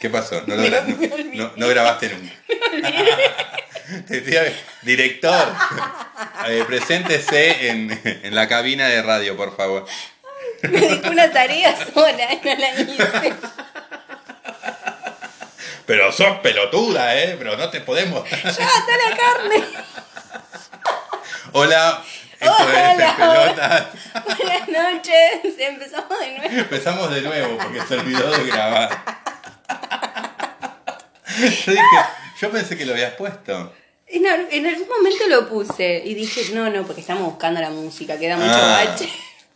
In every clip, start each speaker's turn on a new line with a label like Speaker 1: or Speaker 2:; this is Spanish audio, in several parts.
Speaker 1: ¿Qué pasó? No, lo gra-
Speaker 2: Me
Speaker 1: no-
Speaker 2: olvidé.
Speaker 1: no- no grabaste nunca. Te decía, director, eh, preséntese en, en la cabina de radio, por favor.
Speaker 2: Me dejó una tarea sola y no la hice.
Speaker 1: Pero sos pelotuda, ¿eh? Pero no te podemos.
Speaker 2: ¡Ya, está la carne!
Speaker 1: Hola, esto es
Speaker 2: Hola.
Speaker 1: Pelota.
Speaker 2: Buenas noches, empezamos de nuevo.
Speaker 1: Empezamos de nuevo porque se olvidó de grabar. Yo dije, yo pensé que lo habías puesto.
Speaker 2: En, al- en algún momento lo puse y dije, no, no, porque estamos buscando la música, queda mucho
Speaker 1: Ah.
Speaker 2: bache.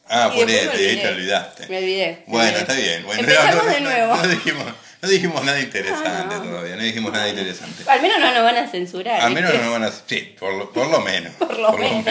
Speaker 1: Ah,
Speaker 2: Y
Speaker 1: por eso,
Speaker 2: después me
Speaker 1: y ahí
Speaker 2: olvidé.
Speaker 1: te olvidaste.
Speaker 2: Me olvidé.
Speaker 1: Bueno,
Speaker 2: Me-
Speaker 1: está bien. Bueno,
Speaker 2: Eh, Empezamos
Speaker 1: no, no,
Speaker 2: de
Speaker 1: no,
Speaker 2: nuevo.
Speaker 1: No, dijimos, no dijimos nada interesante
Speaker 2: Ah, no.
Speaker 1: todavía, no dijimos nada interesante.
Speaker 2: Al menos no nos van a censurar.
Speaker 1: Al menos
Speaker 2: ¿viste?
Speaker 1: no nos van a... Sí, por lo, por lo menos.
Speaker 2: Por lo menos.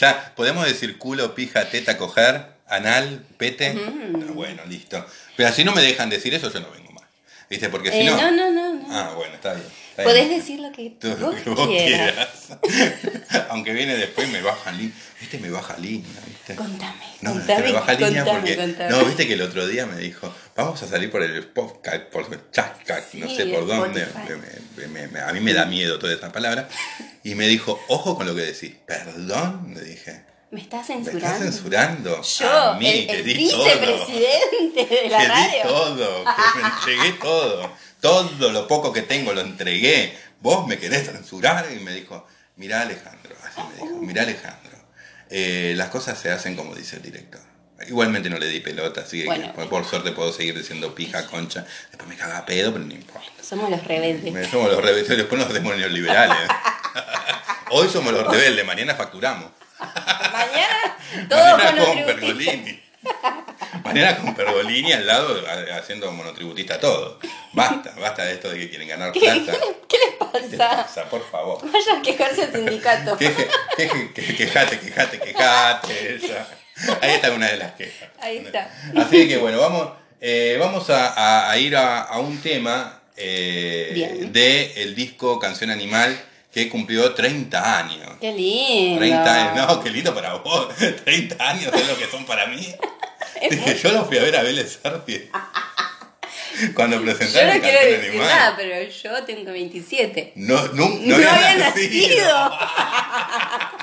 Speaker 1: Ya, ¿podemos decir culo, pija, teta, coger, anal, pete? Ah, Bueno, listo. Pero si no me dejan decir eso, yo no vengo más. ¿Viste? Porque si
Speaker 2: Eh,
Speaker 1: no...
Speaker 2: no, no, no, no.
Speaker 1: Ah, bueno, está bien. está bien.
Speaker 2: Podés decir lo que
Speaker 1: Tú,
Speaker 2: vos,
Speaker 1: lo que vos
Speaker 2: quieras.
Speaker 1: quieras. Aunque viene después me baja línea. Viste, me baja línea, ¿viste?
Speaker 2: Contame,
Speaker 1: No,
Speaker 2: contame,
Speaker 1: me baja
Speaker 2: contame,
Speaker 1: línea porque.
Speaker 2: contame.
Speaker 1: No, viste que el otro día me dijo, vamos a salir por el podcast, por el chasca, no
Speaker 2: Sí,
Speaker 1: sé por
Speaker 2: el
Speaker 1: dónde.
Speaker 2: Spotify.
Speaker 1: me- me- me- a mí me da miedo toda esa palabra. Y me dijo, ojo con lo que decís. Perdón, le dije.
Speaker 2: ¿Me estás
Speaker 1: ¿Me
Speaker 2: censurando?
Speaker 1: estás censurando?
Speaker 2: Yo,
Speaker 1: a mí,
Speaker 2: el,
Speaker 1: te
Speaker 2: el
Speaker 1: di
Speaker 2: vicepresidente de
Speaker 1: todo.
Speaker 2: la
Speaker 1: Te di
Speaker 2: radio.
Speaker 1: todo, que me entregué todo. Todo lo poco que tengo lo entregué. Vos me querés censurar. Y me dijo, mirá Alejandro, así me dijo, mirá Alejandro. eh, las cosas se hacen como dice el director. Igualmente no le di pelota, así que
Speaker 2: Bueno.
Speaker 1: por, por suerte puedo seguir diciendo pija, concha. Después me caga pedo, pero no importa.
Speaker 2: Somos los rebeldes.
Speaker 1: Me- somos los rebeldes, después nos hacemos neoliberales. Hoy somos los rebeldes, mañana facturamos.
Speaker 2: Mañana todos
Speaker 1: Mañana con
Speaker 2: monotributistas.
Speaker 1: Pergolini. Mañana con Pergolini al lado ha- haciendo monotributista todo. Basta, basta de esto de que quieren ganar
Speaker 2: ¿Qué,
Speaker 1: plata.
Speaker 2: qué le- qué les
Speaker 1: ¿Qué
Speaker 2: pasa?
Speaker 1: pasa? Por favor.
Speaker 2: Vaya a quejarse al sindicato.
Speaker 1: Queje- queje- que- quejate, quejate, quejate. ya. Ahí está una de las quejas.
Speaker 2: Ahí está.
Speaker 1: Así que bueno, vamos, eh, vamos a, a- a ir a, a un tema eh,
Speaker 2: Bien.
Speaker 1: de el disco Canción Animal que cumplió 30 años.
Speaker 2: Qué lindo.
Speaker 1: 30 años, no, qué lindo para vos. 30 años es lo que son para mí. Dije, yo lo fui a ver a Vélez Sarfield. Cuando
Speaker 2: Yo
Speaker 1: presentaron
Speaker 2: no quiero
Speaker 1: Canción
Speaker 2: decir
Speaker 1: Animal.
Speaker 2: nada, pero yo tengo 27.
Speaker 1: No, no, no
Speaker 2: No, había nacido.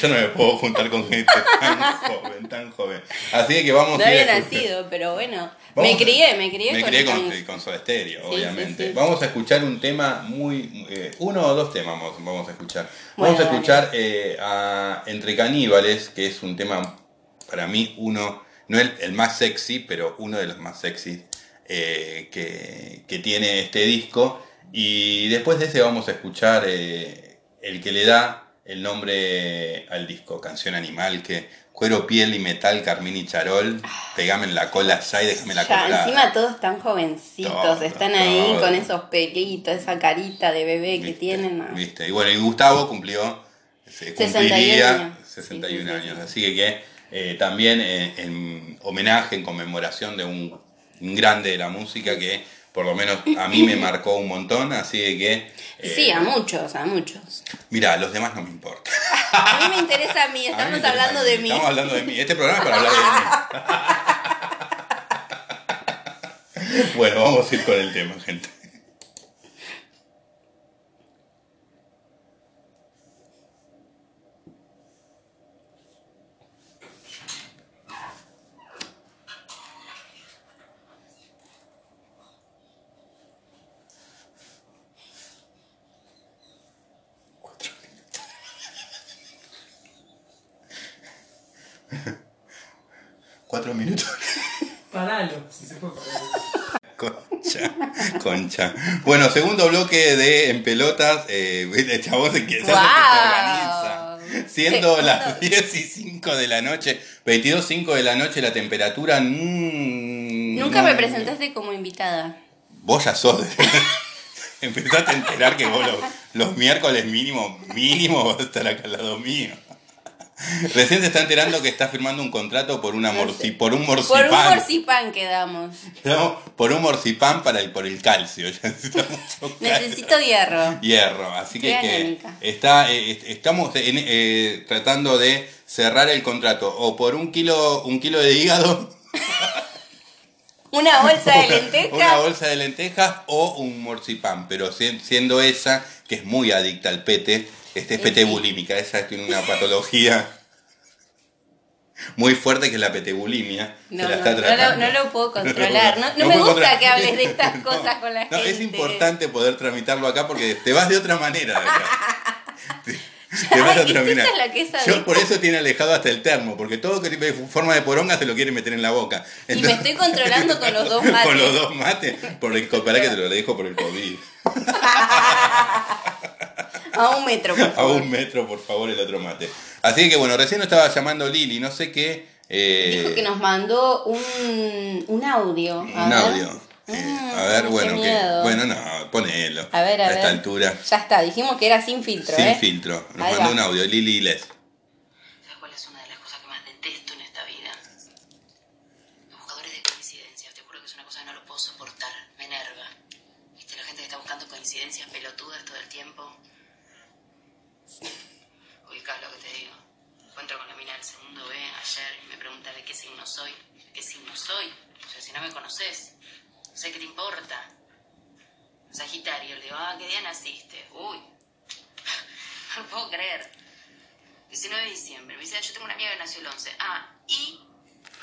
Speaker 1: Yo no me puedo juntar con gente tan joven, tan joven. Así que vamos
Speaker 2: No
Speaker 1: a ir
Speaker 2: había
Speaker 1: a escuchar-
Speaker 2: nacido, pero bueno.
Speaker 1: Vamos
Speaker 2: Me
Speaker 1: a-
Speaker 2: crié, me crié
Speaker 1: Me
Speaker 2: con
Speaker 1: crié
Speaker 2: esta
Speaker 1: con,
Speaker 2: música.
Speaker 1: con Soda Stereo,
Speaker 2: Sí,
Speaker 1: obviamente.
Speaker 2: sí, sí.
Speaker 1: Vamos a escuchar un tema muy. eh, uno o dos temas vamos, vamos a escuchar.
Speaker 2: Bueno,
Speaker 1: vamos a
Speaker 2: dale.
Speaker 1: escuchar eh, a Entre Caníbales, que es un tema para mí uno. No el, el más sexy, pero uno de los más sexy eh, que, que tiene este disco. Y después de ese vamos a escuchar eh, el que le da el nombre al disco, Canción Animal, que cuero, piel y metal, carmín y charol, pegame en la cola ya y déjame la
Speaker 2: Ah, Ya,
Speaker 1: colorada.
Speaker 2: encima todos están jovencitos,
Speaker 1: Todo,
Speaker 2: están ahí
Speaker 1: todo.
Speaker 2: con esos pelitos, esa carita de bebé que
Speaker 1: ¿Viste?
Speaker 2: tienen. ¿no?
Speaker 1: ¿Viste? Y bueno, y Gustavo cumplió, eh, se
Speaker 2: 61
Speaker 1: cumpliría
Speaker 2: años.
Speaker 1: 61
Speaker 2: Sí, sí, sí.
Speaker 1: años. Así que, que, eh, también eh, en homenaje, en conmemoración de un, un grande de la música que por lo menos a mí me marcó un montón, así de que... eh,
Speaker 2: Sí, a muchos, a muchos.
Speaker 1: Mira, a los demás no me importa.
Speaker 2: A mí me interesa
Speaker 1: A
Speaker 2: a mí,
Speaker 1: mí me
Speaker 2: estamos
Speaker 1: interesa
Speaker 2: hablando
Speaker 1: a
Speaker 2: de mí.
Speaker 1: Estamos hablando de mí. Este programa es para hablar de mí. bueno, vamos a ir con el tema, gente. Cuatro minutos.
Speaker 3: Paralo, si se puede paralo.
Speaker 1: Concha, concha. Bueno, segundo bloque de En Pelotas. Eh, el chabón se que- se
Speaker 2: Guau.
Speaker 1: hace que se organiza. Siendo
Speaker 2: Segundo.
Speaker 1: las 10 y 5 de la noche, 22 5 de la noche, la temperatura. mm,
Speaker 2: Nunca me
Speaker 1: no.
Speaker 2: presentaste como invitada.
Speaker 1: Vos ya sos. de- Empezaste a enterar que vos los, los miércoles mínimo, mínimo vas a estar acá al lado mío. Recién se está enterando que está firmando un contrato por una morci, por un
Speaker 2: Por un
Speaker 1: morcipán.
Speaker 2: morcipán quedamos.
Speaker 1: No, por un morcipán para el, por el calcio. Ya está mucho calcio.
Speaker 2: Necesito hierro.
Speaker 1: Hierro, así que,
Speaker 2: Qué
Speaker 1: que
Speaker 2: anémica.
Speaker 1: está, eh, est- estamos en- eh, tratando de cerrar el contrato o por un kilo, un kilo de hígado
Speaker 2: Una bolsa de lentejas.
Speaker 1: Una bolsa de lentejas o un morcipán, pero si- siendo esa, que es muy adicta al pete, este es
Speaker 2: Eh,
Speaker 1: pete
Speaker 2: sí.
Speaker 1: bulímica, esa tiene una patología muy fuerte que es la petebulimia.
Speaker 2: No,
Speaker 1: se la
Speaker 2: no,
Speaker 1: está
Speaker 2: no lo-
Speaker 1: tratando.
Speaker 2: no lo puedo controlar. No- no me
Speaker 1: puedo
Speaker 2: gusta
Speaker 1: controlar.
Speaker 2: que hables de estas cosas con la
Speaker 1: No, es
Speaker 2: gente.
Speaker 1: importante poder tramitarlo acá porque te vas de otra manera. de acá. Te- Te vas
Speaker 2: Ay,
Speaker 1: a
Speaker 2: ¿viste?
Speaker 1: terminar.
Speaker 2: Esa es la que es
Speaker 1: Yo
Speaker 2: adicta.
Speaker 1: por eso tiene alejado hasta el termo, porque todo que tiene forma de poronga se lo quiere meter en la boca.
Speaker 2: Y me
Speaker 1: Entonces-
Speaker 2: estoy controlando con los dos mates.
Speaker 1: con los dos mates. Por el para que te lo dejo por el COVID.
Speaker 2: A un metro, por
Speaker 1: A
Speaker 2: favor.
Speaker 1: un metro, por favor, el otro mate. Así que bueno, recién nos estaba llamando Lili, no sé qué. eh,
Speaker 2: Dijo que nos mandó un, un audio.
Speaker 1: Un
Speaker 2: A ver.
Speaker 1: audio. Eh, a
Speaker 2: Mm,
Speaker 1: ver,
Speaker 2: qué
Speaker 1: bueno, que-
Speaker 2: miedo.
Speaker 1: bueno, no, ponelo.
Speaker 2: A ver, a
Speaker 1: esta
Speaker 2: ver.
Speaker 1: altura.
Speaker 2: Ya está, dijimos que era sin filtro,
Speaker 1: Sin
Speaker 2: ¿eh?
Speaker 1: filtro. Nos
Speaker 2: Ahí
Speaker 1: mandó
Speaker 2: va.
Speaker 1: un audio, Lili Les.
Speaker 4: ¿Sabes cuál es una de las cosas que más detesto en esta vida? Los buscadores de coincidencias. Te juro que es una cosa que no lo puedo soportar. Me enerva. ¿Viste la gente que está buscando coincidencias pelotudas todo el tiempo? Ubicás lo que te digo. Encuentro con la mina del segundo B ayer y me pregunta de qué signo soy. ¿De qué signo soy? O sea, si no me conoces, no sé qué te importa. Sagitario, le digo, ah, ¿qué día naciste? Uy, no lo puedo creer. 19 de diciembre. Me dice, "Ah, yo tengo una amiga que nació el 11. Ah, ¿y?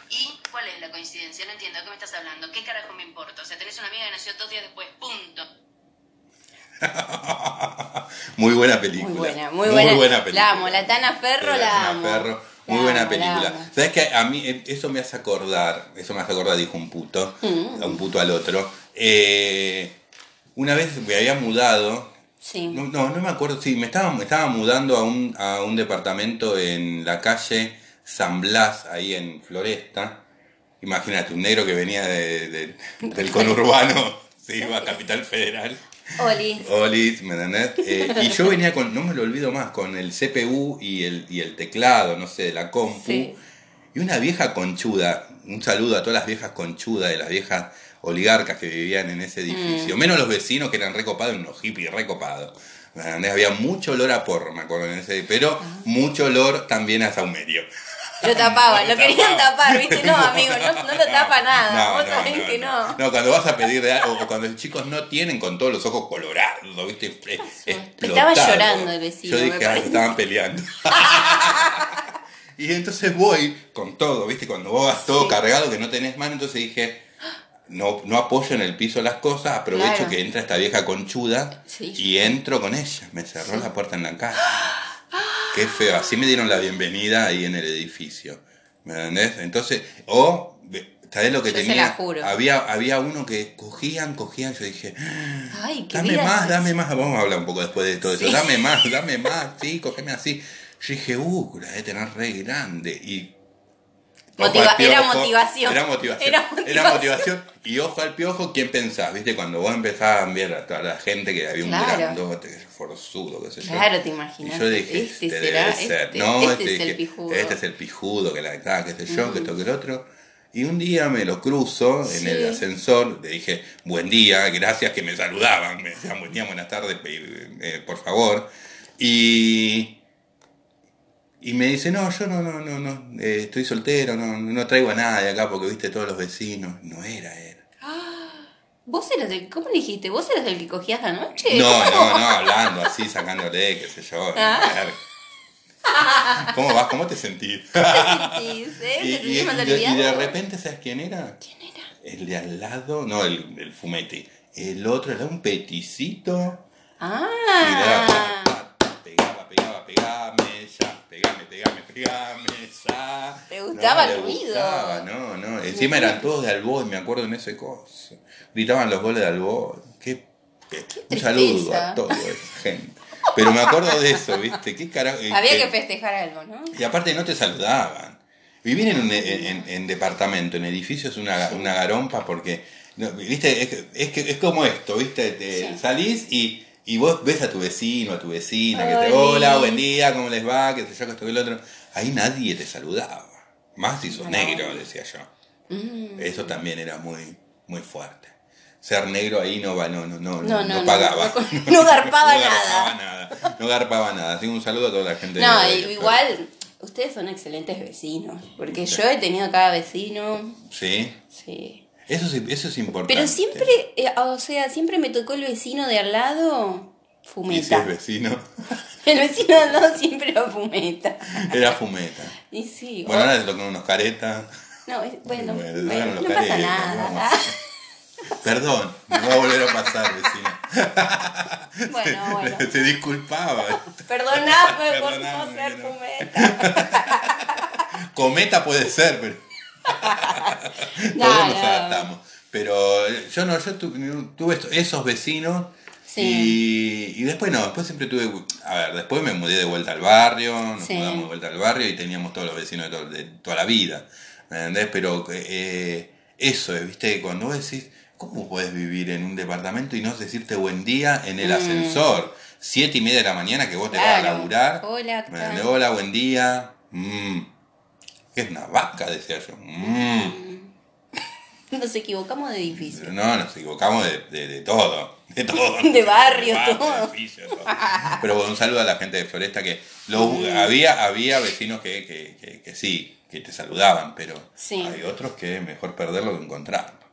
Speaker 4: ¿Y cuál es la coincidencia? No entiendo, ¿de qué me estás hablando? ¿Qué carajo me importa? O sea, tenés una amiga que nació dos días después, punto.
Speaker 1: Muy buena película.
Speaker 2: Muy buena, muy buena.
Speaker 1: película.
Speaker 2: La amo, la Tana Ferro
Speaker 1: Eh, Ana
Speaker 2: la amo.
Speaker 1: Ferro, Muy
Speaker 2: La
Speaker 1: buena
Speaker 2: amo, la
Speaker 1: película.
Speaker 2: amo.
Speaker 1: ¿Sabes que A mí eh, eso me hace acordar, eso me hace acordar, dijo un puto,
Speaker 2: Mm.
Speaker 1: a un puto al otro. Eh, una vez me había mudado,
Speaker 2: Sí.
Speaker 1: no, no, no me acuerdo, sí, me estaba, me estaba mudando a un, a un departamento en la calle San Blas, ahí en Floresta. Imagínate, un negro que venía de- de- del conurbano, se iba a Capital Federal.
Speaker 2: Oli.
Speaker 1: Oli, ¿me entendés? Eh, y yo venía con, no me lo olvido más, con el CPU y el, y el teclado, no sé, de la compu.
Speaker 2: Sí.
Speaker 1: Y una vieja conchuda, un saludo a todas las viejas conchudas de las viejas oligarcas que vivían en ese edificio. Menos los vecinos que eran recopados, unos hippies recopados. ¿Me entendés? Había mucho olor a porro, me acuerdo, en ese, pero mucho olor también a saumerio.
Speaker 2: Lo tapaba,
Speaker 1: No
Speaker 2: lo
Speaker 1: lo
Speaker 2: querían
Speaker 1: tapaba.
Speaker 2: tapar, ¿viste? No, amigo, no, no lo tapa nada. Vos sabés que no.
Speaker 1: No, cuando vas a pedir de algo, o cuando los chicos no tienen con todos los ojos colorados, ¿viste? Fre-
Speaker 2: Estaba
Speaker 1: explotado.
Speaker 2: llorando el vecino,
Speaker 1: Yo
Speaker 2: me
Speaker 1: dije, ah,
Speaker 2: parece".
Speaker 1: estaban peleando. y entonces voy con todo, ¿viste? Cuando vos vas todo
Speaker 2: Sí.
Speaker 1: cargado, que no tenés mano, entonces dije. No, no apoyo en el piso las cosas, aprovecho
Speaker 2: Claro.
Speaker 1: que entra esta vieja conchuda
Speaker 2: Sí.
Speaker 1: y entro con ella. Me cerró la puerta en la cara. Qué feo, así me dieron la bienvenida ahí en el edificio. ¿Me entendés? Entonces, o, ve- ¿sabés lo que
Speaker 2: Yo se
Speaker 1: tenía?
Speaker 2: la juro.
Speaker 1: Había, había uno que cogían, cogían, yo dije,
Speaker 2: Ay, qué
Speaker 1: dame
Speaker 2: vida.
Speaker 1: más, dame más, vamos a hablar un poco después de todo
Speaker 2: Sí.
Speaker 1: eso, dame más, dame más, sí, cogeme así. Yo dije, uh, la de tener re grande. Y. ojo
Speaker 2: Motiva-
Speaker 1: al piojo,
Speaker 2: era motivación.
Speaker 1: Era motivación.
Speaker 2: Era
Speaker 1: Era
Speaker 2: motivación.
Speaker 1: motivación. Y ojo al piojo, ¿quién pensás? ¿Viste? Cuando vos empezabas a ver a toda la gente que había un
Speaker 2: Claro.
Speaker 1: grandote, que es forzudo, qué sé yo.
Speaker 2: Claro, te
Speaker 1: Y
Speaker 2: imaginas.
Speaker 1: yo dije, este, debe ser.
Speaker 2: este,
Speaker 1: no,
Speaker 2: este
Speaker 1: este,
Speaker 2: es el
Speaker 1: dije,
Speaker 2: pijudo.
Speaker 1: Este es el pijudo, que la acá, que sé yo, que esto, que el otro. Y un día me lo cruzo en
Speaker 2: Sí.
Speaker 1: el ascensor, le dije, buen día, gracias que me saludaban, me decían buen día, buenas tardes, pe- eh, por favor. Y, y me dice, no, yo no, no, no, no, eh, estoy soltero, no, no traigo a nadie acá porque viste todos los vecinos. No era él.
Speaker 2: ¿Vos eras del, ¿Cómo le dijiste? ¿Vos eras el que cogías la noche?
Speaker 1: No, no, no, hablando así, sacándole, qué sé yo. ¿Cómo vas? ¿Cómo te sentís?
Speaker 2: Sí,
Speaker 1: Y,
Speaker 2: sí, eh? ¿Te
Speaker 1: y-
Speaker 2: sentís más
Speaker 1: y de, y de
Speaker 2: aliviado?
Speaker 1: repente, ¿sabes quién era?
Speaker 2: ¿Quién era?
Speaker 1: El de al lado, no, el, el fumete. El otro era un peticito. Y le daba
Speaker 2: Ah.
Speaker 1: pa, pa, pa, pegaba, pegaba, pegame, ya, pegame, pegame, pegame, ya.
Speaker 2: Te gustaba
Speaker 1: No,
Speaker 2: el
Speaker 1: le
Speaker 2: ruido.
Speaker 1: gustaba, no, no. Encima eran todos de Alboy, me acuerdo en ese coso. Gritaban los goles de Alboy. Qué, qué- un saludo
Speaker 2: tristeza.
Speaker 1: a toda esa gente. Pero me acuerdo de eso, ¿viste? ¿Qué carajo? eh,
Speaker 2: Había que
Speaker 1: que-
Speaker 2: festejar algo, ¿no?
Speaker 1: y aparte no te saludaban. Vivir en, un- en- en- en departamento, en edificio es una, una garompa porque, no, viste, es, que- es, que- es como esto, viste, Te-
Speaker 2: Sí.
Speaker 1: salís y, y vos ves a tu vecino, a tu vecina, que te,
Speaker 2: Hola.
Speaker 1: hola, buen día, ¿cómo les va? Que sé yo, que esto, que el otro. Ahí nadie te saludaba. Más si sos
Speaker 2: No.
Speaker 1: negro, decía yo.
Speaker 2: Mm.
Speaker 1: Eso también era muy, muy fuerte. Ser negro ahí no va, no, no, no,
Speaker 2: No,
Speaker 1: no,
Speaker 2: no, no,
Speaker 1: pagaba.
Speaker 2: no- no garpaba nada.
Speaker 1: nada. No garpaba nada. Así que un saludo a toda la gente. de
Speaker 2: No,
Speaker 1: Nueva
Speaker 2: y
Speaker 1: York.
Speaker 2: igual ustedes son excelentes vecinos, porque yo he tenido cada vecino,
Speaker 1: Sí.
Speaker 2: sí.
Speaker 1: Eso es, eso es importante.
Speaker 2: Pero siempre, eh, o sea, siempre me tocó el vecino de al lado
Speaker 1: Y si es
Speaker 2: fumeta.
Speaker 1: vecino,
Speaker 2: el vecino de al lado siempre era fumeta.
Speaker 1: era fumeta.
Speaker 2: Y sí.
Speaker 1: Bueno,
Speaker 2: o-
Speaker 1: ahora le tocan unos caretas.
Speaker 2: no, es- bueno,
Speaker 1: Bueno,
Speaker 2: bueno,
Speaker 1: hagan
Speaker 2: no
Speaker 1: los
Speaker 2: pasa
Speaker 1: caretas,
Speaker 2: nada.
Speaker 1: vamos. Perdón, no va a volver a pasar, vecina.
Speaker 2: bueno, bueno.
Speaker 1: Se disculpaba.
Speaker 2: Perdonadme por no
Speaker 1: Perdonadme,
Speaker 2: ser
Speaker 1: no.
Speaker 2: fumeta.
Speaker 1: Cometa puede ser, pero
Speaker 2: No,
Speaker 1: todos nos
Speaker 2: no.
Speaker 1: adaptamos. Pero eh, yo no, yo tu- tuve, esto- esos vecinos y, y después no, después siempre tuve, a ver, después me mudé de vuelta al barrio, nos
Speaker 2: Sí.
Speaker 1: mudamos de vuelta al barrio y teníamos todos los vecinos de, to- de toda la vida, ¿me entendés? Pero eh, eso es, viste, cuando vos decís, ¿cómo podés vivir en un departamento y no decirte buen día en el
Speaker 2: Mm.
Speaker 1: ascensor? Siete y media de la mañana que vos te vas a
Speaker 2: Claro.
Speaker 1: laburar.
Speaker 2: Hola, ¿qué
Speaker 1: Me
Speaker 2: tal?
Speaker 1: mandé, hola, buen día. Mm. Que es una vaca, decía yo. Mm.
Speaker 2: Nos equivocamos de edificio.
Speaker 1: Pero No, nos equivocamos de, de- de todo. De todo.
Speaker 2: De barrio, todo.
Speaker 1: de edificio, todo. Pero bueno, un saludo a la gente de Floresta que lo- había, había vecinos que, que- que- que sí, que te saludaban, pero
Speaker 2: Sí.
Speaker 1: hay otros que es mejor perderlo que encontrarlo.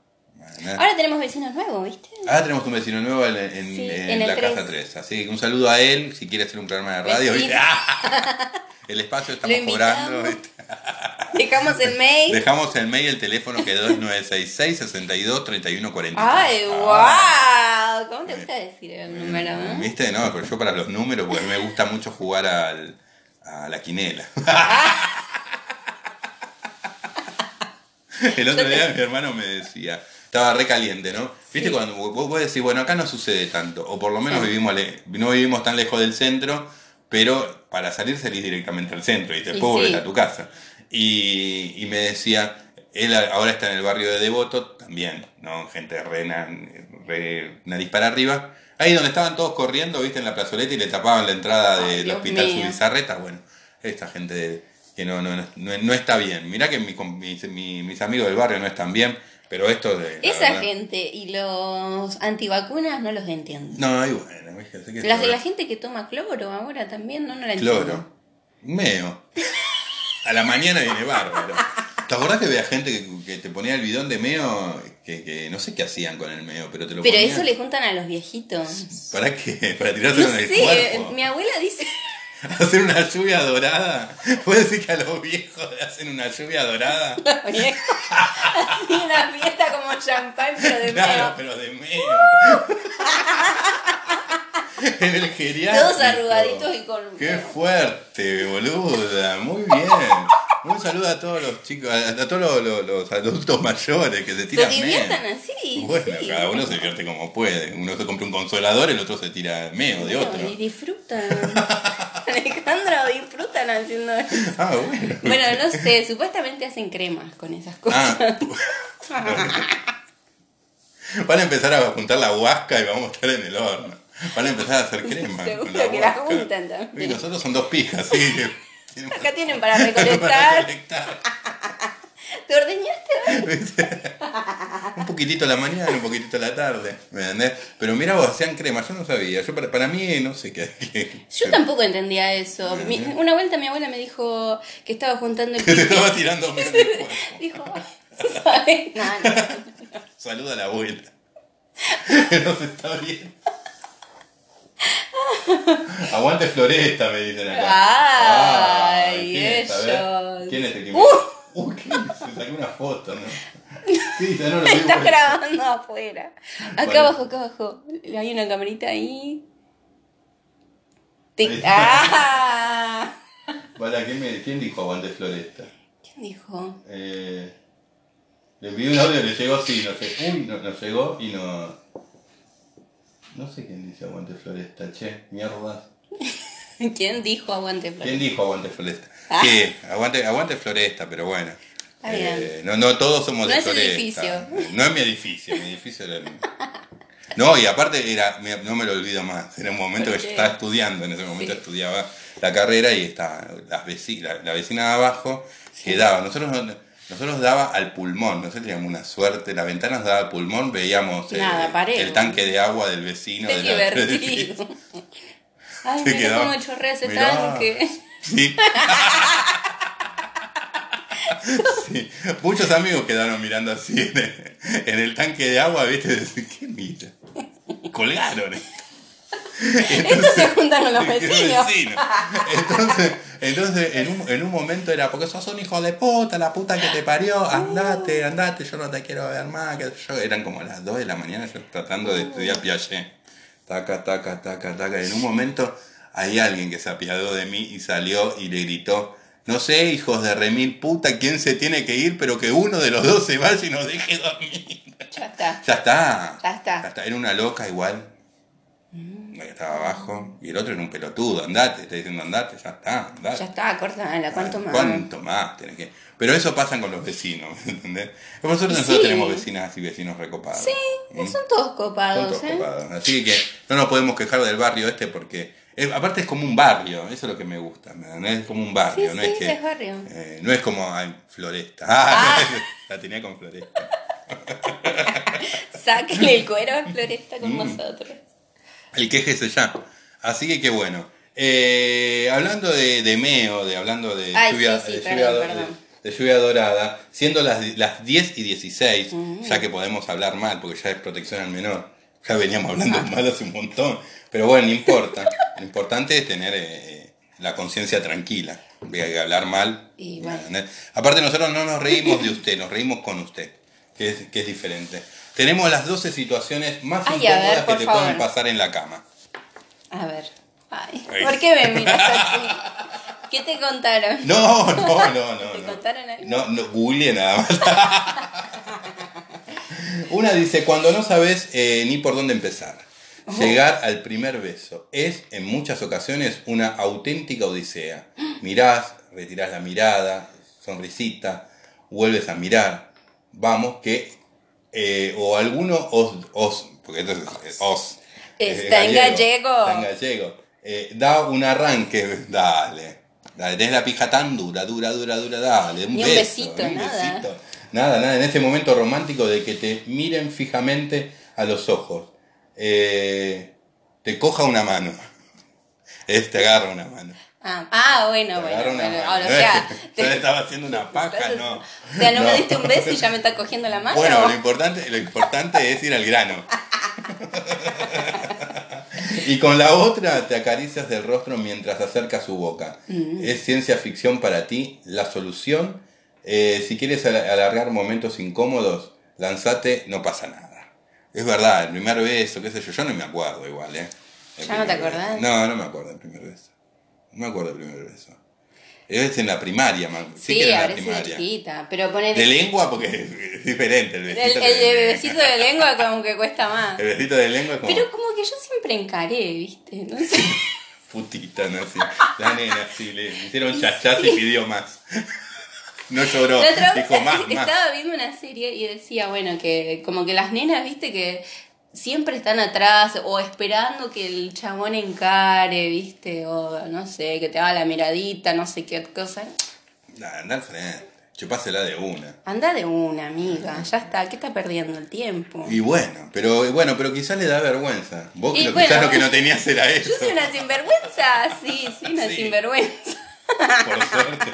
Speaker 2: Ahora tenemos vecinos nuevos, ¿viste?
Speaker 1: Ahora tenemos un vecino nuevo en, en-
Speaker 2: Sí,
Speaker 1: en
Speaker 2: en el
Speaker 1: la
Speaker 2: tres.
Speaker 1: casa 3. Así que un saludo a él si quiere hacer un programa de radio. Ah,
Speaker 2: Vecino.
Speaker 1: El espacio
Speaker 2: Lo
Speaker 1: estamos cobrando.
Speaker 2: invitamos. Dejamos el mail.
Speaker 1: Dejamos el mail y el teléfono que es 2966 62 31
Speaker 2: Ay,
Speaker 1: Ah,
Speaker 2: wow. ¿Cómo te gusta decir el número? eh?
Speaker 1: ¿Viste? No, pero yo para los números, porque me gusta mucho jugar al, a la quinela. El otro día mi hermano me decía, estaba re caliente, ¿no? ¿Viste
Speaker 2: Sí.
Speaker 1: cuando vos, vos decís, bueno, acá no sucede tanto, o por lo menos
Speaker 2: Sí.
Speaker 1: vivimos le- no vivimos tan lejos del centro, pero para salir salís directamente al centro y después
Speaker 2: sí.
Speaker 1: volvés a tu casa. Y, y me decía, él a- ahora está en el barrio de Devoto, también, ¿no? Gente re, na- re nariz para arriba. Ahí donde estaban todos corriendo, viste, en la plazoleta y le tapaban la entrada
Speaker 2: Ay,
Speaker 1: del
Speaker 2: Dios
Speaker 1: hospital
Speaker 2: mío.
Speaker 1: Subizarreta. Bueno, esta gente de- que no, no, no, no- no está bien. Mirá que mi com- mis, mi- mis amigos del barrio no están bien, pero esto de. la
Speaker 2: Esa
Speaker 1: verdad-
Speaker 2: gente y los antivacunas no los entiendo.
Speaker 1: No, y bueno, viste, así que
Speaker 2: La,
Speaker 1: esto-
Speaker 2: la gente que toma cloro ahora también no, no la entiendo.
Speaker 1: Cloro. Meo. A la mañana viene bárbaro. ¿Te acordás que había gente que, que te ponía el bidón de meo? Que, que no sé qué hacían con el meo, pero te lo
Speaker 2: Pero
Speaker 1: ponían.
Speaker 2: eso le juntan a los viejitos.
Speaker 1: ¿Para qué? ¿Para tirárselo
Speaker 2: No
Speaker 1: en el
Speaker 2: sé,
Speaker 1: cuerpo?
Speaker 2: mi abuela dice.
Speaker 1: ¿Hacer una lluvia dorada? ¿Puedes decir que a los viejos le hacen una lluvia dorada?
Speaker 2: viejo. Así una fiesta como champán, pero de
Speaker 1: Claro,
Speaker 2: meo.
Speaker 1: pero de meo. en el geriátrico.
Speaker 2: Todos arrugaditos y con.
Speaker 1: Qué fuerte, boluda. Muy bien. Un saludo a todos los chicos, a, a todos los, los- los adultos mayores que se
Speaker 2: Se
Speaker 1: tiran
Speaker 2: diviertan
Speaker 1: meo.
Speaker 2: así.
Speaker 1: Bueno,
Speaker 2: sí.
Speaker 1: cada uno se divierte como puede. Uno se compra un consolador, el otro se tira meo de
Speaker 2: Bueno,
Speaker 1: otro.
Speaker 2: Y disfrutan. Alejandro, disfrutan haciendo eso.
Speaker 1: Ah, bueno.
Speaker 2: Bueno, no sé, supuestamente hacen cremas con esas cosas.
Speaker 1: Ah. Van a empezar a juntar la huasca y vamos a estar en el horno. Van a empezar a hacer crema.
Speaker 2: Seguro
Speaker 1: con la
Speaker 2: que la
Speaker 1: huasca.
Speaker 2: juntan también.
Speaker 1: Y nosotros son dos pijas, sí. Tenemos
Speaker 2: Acá tienen para
Speaker 1: para
Speaker 2: recolectar.
Speaker 1: recolectar.
Speaker 2: ¿Te ordeñaste?
Speaker 1: Un poquitito a la mañana, un poquitito a la tarde. ¿Me entendés? Pero mira vos, hacían crema, yo no sabía. Yo para, para mí no sé qué. qué-
Speaker 2: Yo tampoco entendía eso. Mi-
Speaker 1: Bien.
Speaker 2: una vuelta mi abuela me dijo que estaba juntando el
Speaker 1: Que se
Speaker 2: pipi.
Speaker 1: estaba tirando meo en el cuerpo.
Speaker 2: Dijo, ¿sabes? No, no.
Speaker 1: Saluda a la abuela. Que nos está bien. Aguante Floresta, me dicen acá.
Speaker 2: Ay,
Speaker 1: ¿quién es? A ver,
Speaker 2: ellos.
Speaker 1: ¿Quién es el que me-
Speaker 2: ¡Uh!
Speaker 1: Uh, ¿qué? Se sacó una foto, ¿no? Sí, ya no lo
Speaker 2: Está
Speaker 1: digo.
Speaker 2: grabando afuera. Acá
Speaker 1: Vale.
Speaker 2: abajo, acá abajo. Hay una camarita ahí. Tic.
Speaker 1: Ahí está.
Speaker 2: ¡Ah!
Speaker 1: Para, ¿quién, me- quién dijo aguante Floresta?
Speaker 2: ¿Quién dijo?
Speaker 1: Eh, le envié un audio, le llegó sí, no sé. Uy, no, no llegó y no. No sé quién dice aguante Floresta, che, mierda.
Speaker 2: ¿Quién dijo aguante
Speaker 1: ¿Quién
Speaker 2: flores?
Speaker 1: dijo aguante Floresta?
Speaker 2: Ah.
Speaker 1: Sí, aguante, aguante Floresta, pero bueno.
Speaker 2: Está bien.
Speaker 1: Eh, no, no todos somos
Speaker 2: No
Speaker 1: de
Speaker 2: es el
Speaker 1: Floresta. Eh, No es mi edificio, mi edificio era el No, y aparte era, me- no me lo olvido más. Era un momento que
Speaker 2: ¿Por
Speaker 1: yo
Speaker 2: qué?
Speaker 1: estaba estudiando, en ese momento
Speaker 2: Sí.
Speaker 1: estudiaba la carrera y estaba las veci- la, la vecina de abajo que daba. Nosotros no- nosotros daba al pulmón, nosotros teníamos una suerte, la ventana nos daba al pulmón, veíamos eh,
Speaker 2: Nada, pareo.
Speaker 1: el tanque de agua del vecino.
Speaker 2: Qué
Speaker 1: de la- del edificio.
Speaker 2: divertido. Ay,
Speaker 1: Se
Speaker 2: mira
Speaker 1: quedaba,
Speaker 2: cómo chorrea ese
Speaker 1: mirá.
Speaker 2: tanque.
Speaker 1: Sí. Sí. Muchos amigos quedaron mirando así en el, en el tanque de agua, ¿viste? Decir, ¿Qué mira? Colgaron.
Speaker 2: Estos se juntan con los vecinos.
Speaker 1: Vecino. Entonces, entonces en, un, en un momento era, porque sos un hijo de puta, la puta que te parió,
Speaker 2: Ah.
Speaker 1: andate, andate, yo no te quiero ver más. Que yo, eran como las 2 de la mañana yo tratando de estudiar
Speaker 2: Ah.
Speaker 1: Piaget. Taca, taca, taca, taca. En un momento hay alguien que se apiadó de mí y salió y le gritó, no sé, hijos de remil puta, quién se tiene que ir, pero que uno de los dos se vaya y nos deje dormir.
Speaker 2: Ya está.
Speaker 1: Ya está.
Speaker 2: Ya está. Mm.
Speaker 1: Era una loca igual. La que estaba abajo. Y el otro era un pelotudo. Andate, está diciendo andate, ya está, andate.
Speaker 2: Ya está, cortala, ¿cuánto más?
Speaker 1: ¿Cuánto más tenés que.? Pero eso pasa con los vecinos, ¿me ¿entendés? Por suerte
Speaker 2: Y
Speaker 1: nosotros
Speaker 2: sí.
Speaker 1: tenemos vecinas y vecinos recopados.
Speaker 2: Sí,
Speaker 1: ¿Mm?
Speaker 2: son todos
Speaker 1: Son
Speaker 2: copados,
Speaker 1: todos
Speaker 2: ¿eh?
Speaker 1: copados. Así que no nos podemos quejar del barrio este porque. eh, aparte es como un barrio, eso es lo que me gusta, ¿me entendés? Es como un barrio,
Speaker 2: Sí,
Speaker 1: no
Speaker 2: sí,
Speaker 1: es que.
Speaker 2: es barrio. Ah.
Speaker 1: eh, no es como ay, Floresta. La tenía con Floresta.
Speaker 2: Sáquenle el cuero a Floresta
Speaker 1: Mm.
Speaker 2: con nosotros.
Speaker 1: El quejese ya. Así que qué bueno. Eh, hablando de, de Meo, de hablando de
Speaker 2: Ay,
Speaker 1: lluvia,
Speaker 2: sí, sí,
Speaker 1: de,
Speaker 2: perdón,
Speaker 1: lluvia do-
Speaker 2: perdón.
Speaker 1: de- de lluvia dorada, siendo las, di- las 10 y 16,
Speaker 2: Mm.
Speaker 1: ya que podemos hablar mal, porque ya es protección al menor. Ya veníamos hablando
Speaker 2: Ah.
Speaker 1: mal hace un montón. Pero bueno, no importa. Lo importante es tener eh, la conciencia tranquila. De hablar mal.
Speaker 2: Y bueno.
Speaker 1: ¿entendés? Aparte, nosotros no nos reímos de usted, nos reímos con usted, que es, que es diferente. Tenemos las 12 situaciones más
Speaker 2: Ay, a ver,
Speaker 1: incómodas que
Speaker 2: por
Speaker 1: te
Speaker 2: favor.
Speaker 1: pueden pasar en la cama.
Speaker 2: A ver. Ay,
Speaker 1: Ay.
Speaker 2: ¿por qué me miras así? ¿Qué te contaron?
Speaker 1: No, no, no, no.
Speaker 2: ¿Te
Speaker 1: no.
Speaker 2: contaron algo?
Speaker 1: No, no, googleé nada más. Una dice, cuando no sabes eh, ni por dónde empezar. Llegar al primer beso es en muchas ocasiones una auténtica odisea. Mirás, retirás la mirada, sonrisita, vuelves a mirar. Vamos que... eh, o alguno os... os porque esto es, es os.
Speaker 2: Está en gallego.
Speaker 1: Está en gallego. Eh, da un arranque, dale. Dale, tenés la pija tan dura, dura, dura, dura, dale.
Speaker 2: Ni un
Speaker 1: beso,
Speaker 2: besito,
Speaker 1: ni
Speaker 2: nada.
Speaker 1: Nada, nada, en ese momento romántico de que te miren fijamente a los ojos. Eh, te coja una mano. Es, te agarra una mano.
Speaker 2: Ah, ah, bueno,
Speaker 1: Te
Speaker 2: bueno.
Speaker 1: agarra una
Speaker 2: bueno.
Speaker 1: mano.
Speaker 2: Ahora, o
Speaker 1: No es
Speaker 2: sea,
Speaker 1: que
Speaker 2: te-
Speaker 1: yo le estaba haciendo una paja, no.
Speaker 2: o sea, no, me diste un beso y ya me está cogiendo la mano.
Speaker 1: Bueno, lo importante, lo importante es ir al grano. Y con la otra te acaricias del rostro mientras acercas su boca.
Speaker 2: Mm.
Speaker 1: Es ciencia ficción para ti la solución. Eh, si quieres al- alargar momentos incómodos, lanzate, no pasa nada. Es verdad, el primer beso, qué sé yo, yo no me acuerdo igual, ¿eh? El
Speaker 2: ¿Ya no te
Speaker 1: primer beso.
Speaker 2: acordás?
Speaker 1: No, no me acuerdo del primer beso. No me acuerdo del primer beso. Es en la primaria, man. Sí,
Speaker 2: sí,
Speaker 1: que era en la
Speaker 2: ahora sí de
Speaker 1: primaria.
Speaker 2: chiquita. Pero poner
Speaker 1: De
Speaker 2: el,
Speaker 1: lengua porque es es diferente el besito.
Speaker 2: el,
Speaker 1: que-
Speaker 2: de besito de lengua como que cuesta más.
Speaker 1: El besito de lengua es como
Speaker 2: Pero como que yo siempre encaré, ¿viste? No sé.
Speaker 1: putita, ¿no? Así, la nena, sí, le hicieron chachas y pidió más. No lloró,
Speaker 2: La otra vez
Speaker 1: dijo más, más.
Speaker 2: estaba viendo una serie y decía, bueno, que como que las nenas, viste, que siempre están atrás o esperando que el chabón encare, viste, o no sé, que te haga la miradita, no sé qué cosa.
Speaker 1: Nah, anda al frente, chupásela de una.
Speaker 2: Anda de una, amiga, ya está, que está perdiendo el tiempo.
Speaker 1: Y bueno, pero bueno, pero quizás le da vergüenza. Vos
Speaker 2: Y
Speaker 1: lo-
Speaker 2: bueno.
Speaker 1: quizás lo que no tenías era eso.
Speaker 2: Yo soy una sinvergüenza, sí, soy una
Speaker 1: Sí.
Speaker 2: sinvergüenza.
Speaker 1: Por suerte.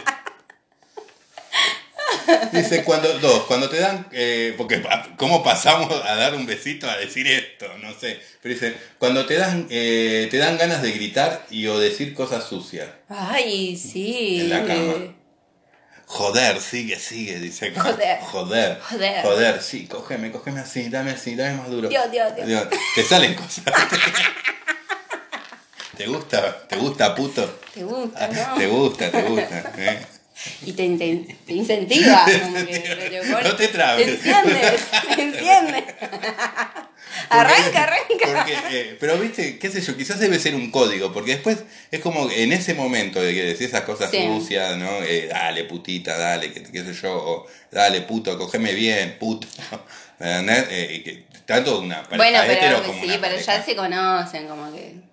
Speaker 1: Dice cuando dos, cuando te dan, eh, porque pa- cómo pasamos a dar un besito a decir esto, no sé, pero dice cuando te dan, eh, te dan ganas de gritar y o decir cosas sucias.
Speaker 2: Ay, sí.
Speaker 1: En la cama. Joder, sigue, sigue, dice.
Speaker 2: Joder.
Speaker 1: Joder.
Speaker 2: Joder.
Speaker 1: Joder, sí, cógeme, cógeme así, dame así, dame más duro.
Speaker 2: Dios, Dios, Dios.
Speaker 1: Te salen cosas. ¿Te gusta? ¿Te gusta, puto?
Speaker 2: Te gusta, ¿no?
Speaker 1: Te gusta, te gusta. ¿eh?
Speaker 2: Y te, inten- te incentiva. como que, pero vos-
Speaker 1: No te trabes.
Speaker 2: Te enciendes, te enciendes. arranca, arranca.
Speaker 1: Porque, eh, pero viste, qué sé yo, quizás debe ser un código, porque después es como en ese momento de que decís esas cosas
Speaker 2: Sí.
Speaker 1: sucias, ¿no? Eh, dale, putita, dale, qué, qué sé yo, o dale, puto, cogeme bien, puto. ¿Me entendés? Eh, y que- tanto una pareja
Speaker 2: Bueno, pero
Speaker 1: hetero como
Speaker 2: sí,
Speaker 1: una
Speaker 2: pero
Speaker 1: pareja-
Speaker 2: ya se conocen, como que.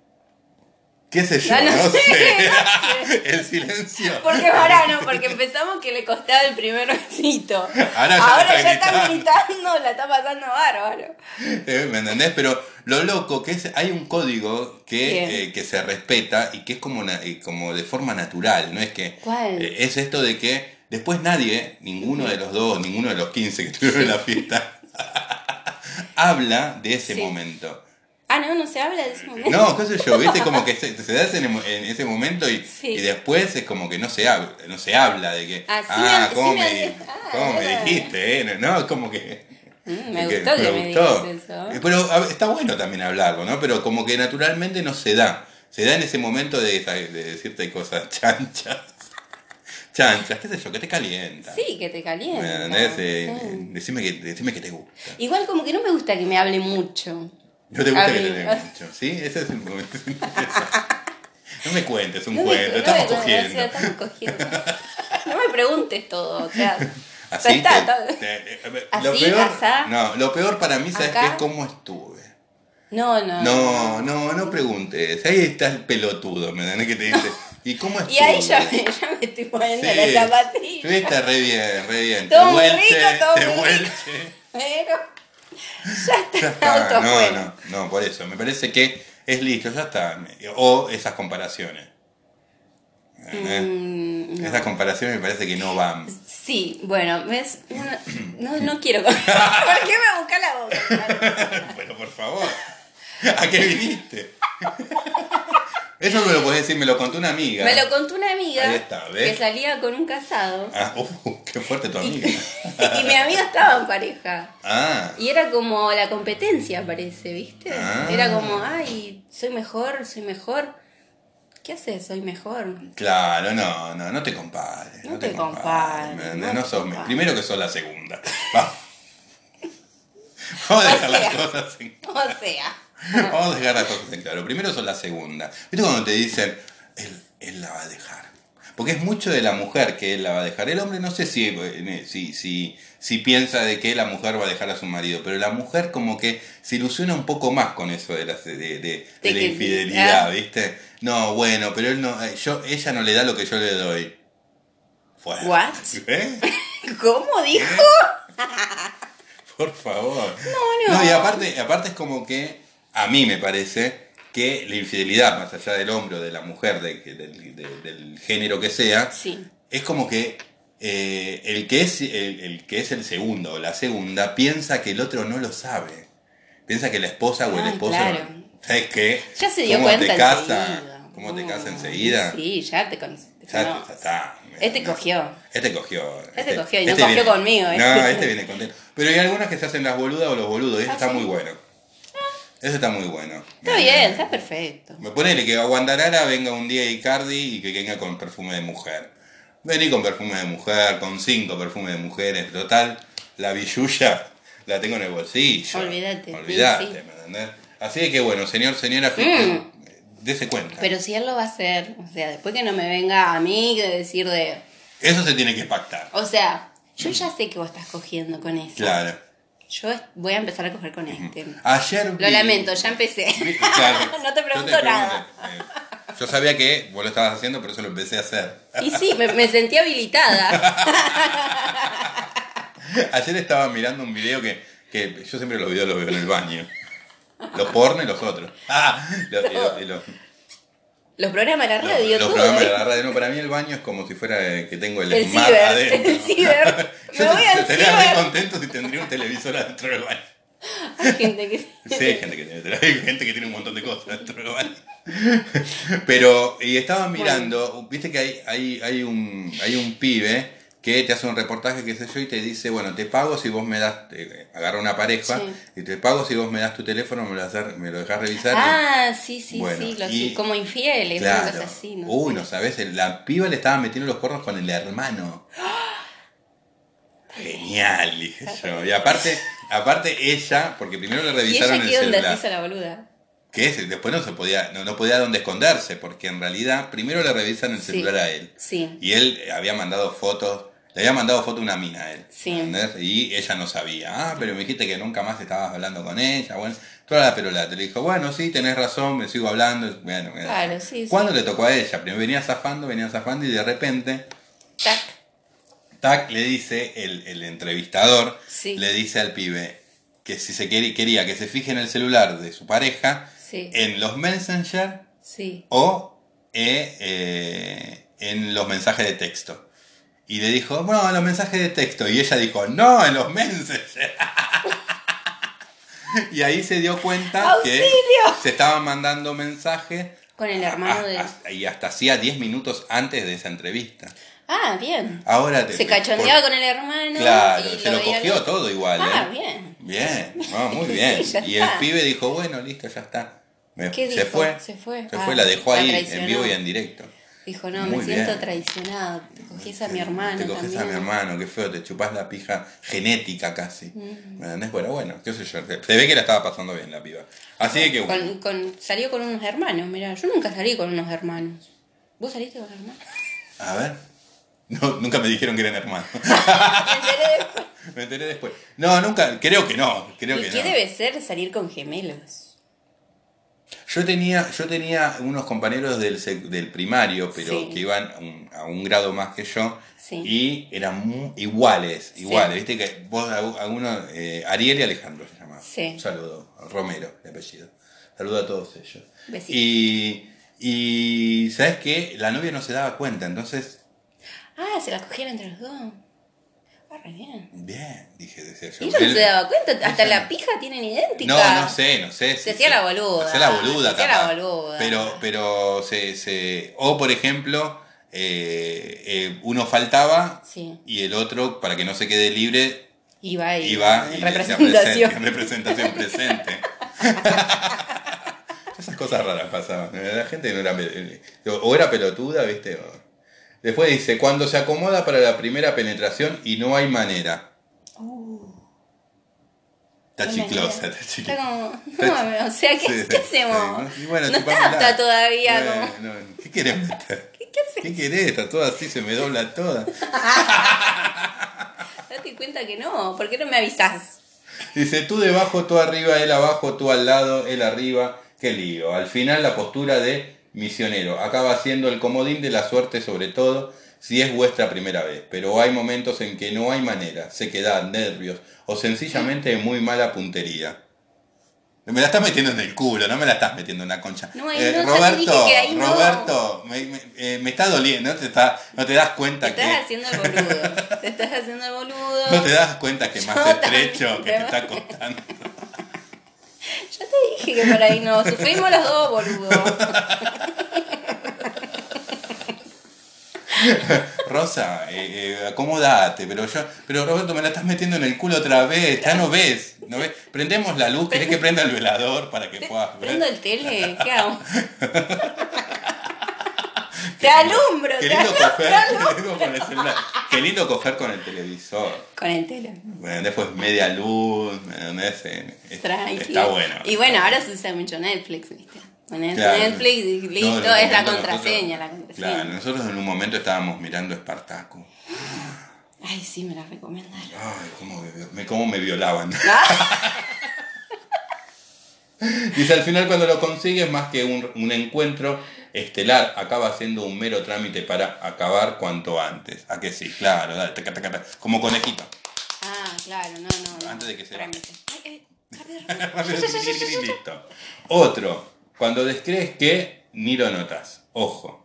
Speaker 1: ¿Qué sé yo?
Speaker 2: No,
Speaker 1: No,
Speaker 2: no
Speaker 1: sé.
Speaker 2: sé,
Speaker 1: El silencio.
Speaker 2: Porque ahora no, porque empezamos que le costaba el primer besito.
Speaker 1: Ahora ya
Speaker 2: Ahora
Speaker 1: está
Speaker 2: ya está
Speaker 1: gritando.
Speaker 2: gritando, la está pasando bárbaro.
Speaker 1: Eh, ¿Me entendés? Pero lo loco que es, hay un código
Speaker 2: Bien.
Speaker 1: que, eh, que se respeta y que es como, na- eh, como de forma natural, ¿no? Es que
Speaker 2: ¿Cuál?
Speaker 1: eh, es esto de que Después nadie, ninguno de los dos, ninguno de los 15 que estuvieron en la fiesta, habla de ese
Speaker 2: Sí.
Speaker 1: momento.
Speaker 2: Ah, no, no se habla de ese momento.
Speaker 1: No, qué sé yo, viste como que se, se da ese- en, ese momento y,
Speaker 2: Sí.
Speaker 1: y después es como que no se habla, no se habla de que,
Speaker 2: Ah, sí
Speaker 1: ah,
Speaker 2: me-
Speaker 1: ¿cómo,
Speaker 2: sí
Speaker 1: me,
Speaker 2: me- ah,
Speaker 1: cómo me
Speaker 2: verdad.
Speaker 1: dijiste? eh? No, es como que...
Speaker 2: Mm, me
Speaker 1: que
Speaker 2: gustó que me
Speaker 1: gustó.
Speaker 2: digas eso.
Speaker 1: Eh, Pero a ver, está bueno también hablarlo, ¿no? Pero como que naturalmente no se da. Se da en ese momento de, de decirte cosas chanchas. Chanchas, qué sé yo, que te calienta.
Speaker 2: Sí, que te
Speaker 1: ¿Me
Speaker 2: calienta.
Speaker 1: entendés? Eh,
Speaker 2: sí.
Speaker 1: eh, decime, que, decime que te gusta.
Speaker 2: Igual como que no me gusta que me hable mucho.
Speaker 1: No te gusta
Speaker 2: A
Speaker 1: que
Speaker 2: mí-
Speaker 1: te den mucho, ¿sí? Ese es el momento. no me cuentes un
Speaker 2: No me-
Speaker 1: cuento,
Speaker 2: no,
Speaker 1: estamos
Speaker 2: no, no,
Speaker 1: cogiendo.
Speaker 2: sí, estamos cogiendo. No me preguntes todo, o sea.
Speaker 1: Así
Speaker 2: ya está,
Speaker 1: te-
Speaker 2: está.
Speaker 1: te- a ver,
Speaker 2: Así,
Speaker 1: eh, lo peor,
Speaker 2: asá.
Speaker 1: no, lo peor para mí sabes
Speaker 2: Acá.
Speaker 1: que es cómo estuve.
Speaker 2: No, no.
Speaker 1: No, no, no preguntes. Ahí está el pelotudo, me dan que te dice. ¿Y cómo estuve?
Speaker 2: Y ahí ya me, ya me estoy poniendo
Speaker 1: Sí.
Speaker 2: la zapatilla.
Speaker 1: Estuviste re bien, re bien.
Speaker 2: Todo
Speaker 1: te
Speaker 2: muy rico,
Speaker 1: vuelche,
Speaker 2: todo
Speaker 1: te
Speaker 2: muy rico.
Speaker 1: vuelche.
Speaker 2: Pero ya está,
Speaker 1: Ya está. No,
Speaker 2: autojuego.
Speaker 1: no, no, por eso. Me parece que es listo, ya está. O esas comparaciones. ¿Eh?
Speaker 2: Mm, no.
Speaker 1: Esas comparaciones me parece que no van.
Speaker 2: Sí, bueno, ves, no, no, no quiero. ¿Por qué me busca la boca?
Speaker 1: Pero por favor, ¿a qué viniste? Eso me lo podés decir, me lo contó una amiga.
Speaker 2: Me lo contó una amiga
Speaker 1: Ahí está, ¿ves?
Speaker 2: que salía con un casado
Speaker 1: Ah, uh, qué fuerte tu amiga.
Speaker 2: y mi amiga estaba en pareja.
Speaker 1: Ah,
Speaker 2: Y era como la competencia, parece, ¿viste?
Speaker 1: Ah.
Speaker 2: Era como, ay, soy mejor, soy mejor. ¿Qué haces? Soy mejor.
Speaker 1: claro, no, no, no te compares.
Speaker 2: No te compares,
Speaker 1: ¿me entendés?
Speaker 2: no
Speaker 1: No
Speaker 2: te
Speaker 1: sos-
Speaker 2: compares.
Speaker 1: primero que sos la segunda. Vamos. Vamos a dejar
Speaker 2: O
Speaker 1: las
Speaker 2: sea.
Speaker 1: cosas en
Speaker 2: O sea,
Speaker 1: Vamos a dejar las cosas en claro. Primero son la segunda. ¿Viste cuando te dicen, él, él la va a dejar? Porque es mucho de la mujer que él la va a dejar. El hombre no sé si, eh, si, si, si piensa de que la mujer va a dejar a su marido, pero la mujer como que se ilusiona un poco más con eso de la, de, de- de
Speaker 2: De
Speaker 1: la
Speaker 2: que-
Speaker 1: infidelidad,
Speaker 2: ah.
Speaker 1: ¿viste? No, bueno, pero él no, eh, yo, ella no le da lo que yo le doy. Fuerte.
Speaker 2: What?
Speaker 1: ¿Eh?
Speaker 2: ¿cómo dijo?
Speaker 1: Por favor.
Speaker 2: No, no.
Speaker 1: y aparte, aparte es como que, a mí me parece, que la infidelidad, más allá del hombre o de la mujer, de- que- del, de- del género que sea,
Speaker 2: Sí.
Speaker 1: es como que eh, el, que es, el, el que es el segundo o la segunda piensa que el otro no lo sabe. Piensa que la esposa o el
Speaker 2: Ah,
Speaker 1: esposo.
Speaker 2: claro.
Speaker 1: ¿Sabes qué?
Speaker 2: Ya se dio
Speaker 1: ¿Cómo
Speaker 2: cuenta
Speaker 1: te casa?
Speaker 2: enseguida.
Speaker 1: ¿Cómo te
Speaker 2: No,
Speaker 1: casa enseguida?
Speaker 2: Sí, ya te conocí.
Speaker 1: Ya,
Speaker 2: no.
Speaker 1: ya está.
Speaker 2: Este cogió.
Speaker 1: Este cogió.
Speaker 2: Este cogió y no cogió
Speaker 1: viene-
Speaker 2: conmigo, ¿eh?
Speaker 1: No, este viene contento. Pero hay algunos que se hacen las boludas o los boludos. Y eso
Speaker 2: Ah,
Speaker 1: está
Speaker 2: sí. Ah.
Speaker 1: muy bueno. Eso está muy bueno.
Speaker 2: Está bien, está perfecto.
Speaker 1: Me ponele que a Guandarara venga un día Icardi y que venga con perfume de mujer. Vení con perfume de mujer, con cinco perfumes de mujeres. Total, la billulla la tengo en el bolsillo.
Speaker 2: Olvídate, sí,
Speaker 1: Olvídate,
Speaker 2: sí.
Speaker 1: ¿me entendés? Así que bueno, señor, señora, eh,
Speaker 2: Mm.
Speaker 1: dese cuenta.
Speaker 2: Pero si él lo va a hacer, o sea, después que no me venga a mí que decir de.
Speaker 1: Eso se tiene que pactar.
Speaker 2: O sea, yo ya sé que vos estás cogiendo con eso.
Speaker 1: Claro. Ah,
Speaker 2: Yo es- voy a empezar a coger con este.
Speaker 1: Ayer.
Speaker 2: Lo
Speaker 1: vi-
Speaker 2: lamento, ya empecé.
Speaker 1: vi- claro.
Speaker 2: No te
Speaker 1: Yo
Speaker 2: pregunto
Speaker 1: pregunté,
Speaker 2: nada.
Speaker 1: eh, Yo sabía que vos lo estabas haciendo, por eso lo empecé a hacer.
Speaker 2: Y sí, me, me sentí habilitada.
Speaker 1: Ayer estaba mirando un video que, que yo siempre los videos los veo en el baño. Los porno y los otros. Ah, lo- y lo- y lo-
Speaker 2: Los programas de la
Speaker 1: los,
Speaker 2: radio,
Speaker 1: los
Speaker 2: todo.
Speaker 1: programas de
Speaker 2: ¿eh?
Speaker 1: la radio. No, para mí el baño es como si fuera eh, que tengo el,
Speaker 2: El
Speaker 1: smart
Speaker 2: ciber,
Speaker 1: adentro.
Speaker 2: el ciber.
Speaker 1: Yo
Speaker 2: Me voy
Speaker 1: te-
Speaker 2: al
Speaker 1: estaría re
Speaker 2: ciber.
Speaker 1: contento si tendría un televisor adentro del baño.
Speaker 2: Hay gente que.
Speaker 1: Sí, hay gente que tiene, hay gente que tiene un montón de cosas dentro del baño. Pero, y estaba mirando, viste que hay, hay, hay, un, hay un pibe que te hace un reportaje, qué sé yo, y te dice, bueno, te pago si vos me das, te- agarra una pareja,
Speaker 2: Sí.
Speaker 1: y te pago si vos me das tu teléfono, me lo, hacer- me lo dejas revisar.
Speaker 2: Ah, sí, sí,
Speaker 1: Bueno,
Speaker 2: sí, los-
Speaker 1: y-
Speaker 2: como infieles, una
Speaker 1: claro.
Speaker 2: cosa así, ¿no?
Speaker 1: Uy, no sabes, la piba le estaba metiendo los cuernos con el hermano. Genial, dije yo. Y aparte, aparte ella, porque primero le
Speaker 2: ¿Y
Speaker 1: revisaron
Speaker 2: ella
Speaker 1: el
Speaker 2: qué onda?
Speaker 1: celular
Speaker 2: Se hizo la boluda.
Speaker 1: que es, después no se podía, no, no podía dónde esconderse, porque en realidad primero le revisan el
Speaker 2: Sí.
Speaker 1: celular a él.
Speaker 2: Sí.
Speaker 1: Y él había mandado fotos, le había mandado foto una mina a él.
Speaker 2: Sí.
Speaker 1: ¿entendés? Y ella no sabía. Ah, pero me dijiste que nunca más estabas hablando con ella, bueno, toda la perolata. Le dijo, bueno, sí, tenés razón, me sigo hablando. Bueno, me-
Speaker 2: Claro, sí, sí.
Speaker 1: ¿Cuándo le tocó a ella? Primero venía zafando, venía zafando y de repente,
Speaker 2: Tac.
Speaker 1: tac, le dice el, el entrevistador,
Speaker 2: Sí.
Speaker 1: le dice al pibe que si se quería, quería que se fije en el celular de su pareja,
Speaker 2: Sí.
Speaker 1: en los Messenger
Speaker 2: Sí.
Speaker 1: E, o eh, eh, en los mensajes de texto. Y le dijo, bueno, los mensajes de texto. Y ella dijo, no, en los mensajes. y ahí se dio cuenta que
Speaker 2: ¡Auxilio!
Speaker 1: se estaban mandando mensajes.
Speaker 2: Con el hermano de.
Speaker 1: hasta- y hasta hacía 10 minutos antes de esa entrevista.
Speaker 2: Ah, bien.
Speaker 1: Ahora te-
Speaker 2: Se cachondeaba
Speaker 1: por-
Speaker 2: con el hermano.
Speaker 1: Claro,
Speaker 2: y
Speaker 1: se lo
Speaker 2: veía-
Speaker 1: cogió todo igual.
Speaker 2: Ah,
Speaker 1: ¿eh?
Speaker 2: bien.
Speaker 1: Bien, no, muy bien.
Speaker 2: Sí, ya
Speaker 1: y el
Speaker 2: está.
Speaker 1: pibe dijo, bueno, listo, ya está. Me-
Speaker 2: ¿Qué
Speaker 1: se
Speaker 2: dijo?
Speaker 1: fue.
Speaker 2: Se fue.
Speaker 1: Se
Speaker 2: Ah,
Speaker 1: fue, la dejó
Speaker 2: la
Speaker 1: ahí en
Speaker 2: traicionó.
Speaker 1: vivo y en directo.
Speaker 2: Dijo, no,
Speaker 1: Muy
Speaker 2: me siento
Speaker 1: bien.
Speaker 2: traicionado. Te cogés a mi hermano.
Speaker 1: Eh, Te coges
Speaker 2: también.
Speaker 1: a mi hermano, qué feo, te chupás la pija genética casi.
Speaker 2: Mm.
Speaker 1: ¿Me entendés? Bueno, bueno, qué sé yo. Se ve que la estaba pasando bien la piba. Así que bueno.
Speaker 2: Con, con- salió con unos hermanos, mirá. Yo nunca salí con unos hermanos. ¿Vos saliste con hermanos?
Speaker 1: A ver. No, nunca me dijeron que eran hermanos.
Speaker 2: Me enteré después.
Speaker 1: me enteré después. No, nunca, creo que no. Creo
Speaker 2: ¿Y
Speaker 1: que
Speaker 2: qué
Speaker 1: no.
Speaker 2: debe ser salir con gemelos?
Speaker 1: Yo tenía, yo tenía unos compañeros del, sec- del primario, pero
Speaker 2: Sí.
Speaker 1: que iban a un, a un grado más que yo,
Speaker 2: Sí.
Speaker 1: y eran mu- iguales, iguales. Viste que vos, a, u- a uno, eh, Ariel y Alejandro se llamaban.
Speaker 2: Sí.
Speaker 1: Un saludo, Romero, de apellido. Saludo a todos ellos.
Speaker 2: Besitos.
Speaker 1: Y, y, ¿sabes qué? La novia no se daba cuenta, entonces,
Speaker 2: Ah, se la cogieron entre los dos. Ah, re bien.
Speaker 1: bien, dije, decía yo.
Speaker 2: Y ella no
Speaker 1: Él-
Speaker 2: se daba cuenta, hasta
Speaker 1: ella-
Speaker 2: la pija tienen idéntica.
Speaker 1: No, no sé, no sé.
Speaker 2: Se hacía la boluda,
Speaker 1: Se hacía la boluda,
Speaker 2: se hacía la
Speaker 1: capaz.
Speaker 2: boluda.
Speaker 1: Pero, pero se, se. O por ejemplo, eh, eh, uno faltaba
Speaker 2: Sí.
Speaker 1: y el otro, para que no se quede libre,
Speaker 2: Iba, y-
Speaker 1: iba y
Speaker 2: en
Speaker 1: le decía
Speaker 2: representación.
Speaker 1: presente, en representación presente. Esas cosas raras pasaban. La gente no era. pe- O era pelotuda, ¿viste? o- Después dice: cuando se acomoda para la primera penetración y no hay manera.
Speaker 2: Uh.
Speaker 1: Está chiclosa, está chiclosa.
Speaker 2: Está como, no, o sea, ¿qué,
Speaker 1: Sí, sí,
Speaker 2: ¿qué hacemos?
Speaker 1: sí, ¿no? Y bueno,
Speaker 2: no
Speaker 1: chupámela.
Speaker 2: está apta todavía.
Speaker 1: Bueno, no,
Speaker 2: como-
Speaker 1: ¿Qué querés meter?
Speaker 2: ¿Qué, qué haces?
Speaker 1: ¿Qué querés? Está toda así, se me dobla toda.
Speaker 2: Date cuenta que no, ¿por qué no me avisás?
Speaker 1: Dice, tú debajo, tú arriba, él abajo, tú al lado, él arriba. Qué lío. Al final la postura de misionero acaba siendo el comodín de la suerte sobre todo si es vuestra primera vez. Pero hay momentos en que no hay manera, sequedad, nervios o sencillamente muy mala puntería. Me la estás metiendo en el culo, no me la estás metiendo en la concha.
Speaker 2: No, ahí
Speaker 1: Eh,
Speaker 2: no, ya te
Speaker 1: Roberto,
Speaker 2: dije que ahí no.
Speaker 1: Roberto, me, me- eh, me está doliendo, no te, está- no te das
Speaker 2: Te
Speaker 1: cuenta que...
Speaker 2: estás haciendo el boludo. Te estás haciendo el boludo.
Speaker 1: No te das cuenta que más
Speaker 2: Yo también,
Speaker 1: estrecho que te
Speaker 2: ¿verdad?
Speaker 1: está costando.
Speaker 2: Ya te dije que por ahí no. Sufrimos los dos, boludo.
Speaker 1: Rosa, eh, eh, acomodate, pero yo, pero Roberto me la estás metiendo en el culo otra vez, ya no ves, no ves. Prendemos la luz, querés que prenda el velador para que puedas ver.
Speaker 2: Prendo el tele, ¿qué hago? te alumbro,
Speaker 1: Qué
Speaker 2: te
Speaker 1: lindo coger,
Speaker 2: alumbro.
Speaker 1: qué lindo con el celular. Qué lindo coger con el televisor.
Speaker 2: Con el tele.
Speaker 1: Bueno, después media luz, ¿me entendés? Eh, es-
Speaker 2: Tranqui.
Speaker 1: Está bueno.
Speaker 2: Y bueno, ahora se usa mucho Netflix, ¿viste? Pones
Speaker 1: Claro.
Speaker 2: Netflix y
Speaker 1: No,
Speaker 2: listo,
Speaker 1: no,
Speaker 2: es la
Speaker 1: nosotros-
Speaker 2: contraseña, la contraseña.
Speaker 1: Claro, nosotros en un momento estábamos mirando Espartaco.
Speaker 2: Ay, sí, me la recomendaron.
Speaker 1: Ay, cómo me, vio- me- cómo me violaban.
Speaker 2: Ah.
Speaker 1: Dice, al final cuando lo consigues, más que un, un encuentro estelar, acaba siendo un mero trámite para acabar cuanto antes. ¿A que sí? Claro, dale, taca, taca, taca. como conejito.
Speaker 2: Ah, claro, no, no. no.
Speaker 1: Antes de que se
Speaker 2: Trámite. Ay, ay, rápido, rápido.
Speaker 1: Listo. Otro, cuando descrees que ni lo notas. Ojo.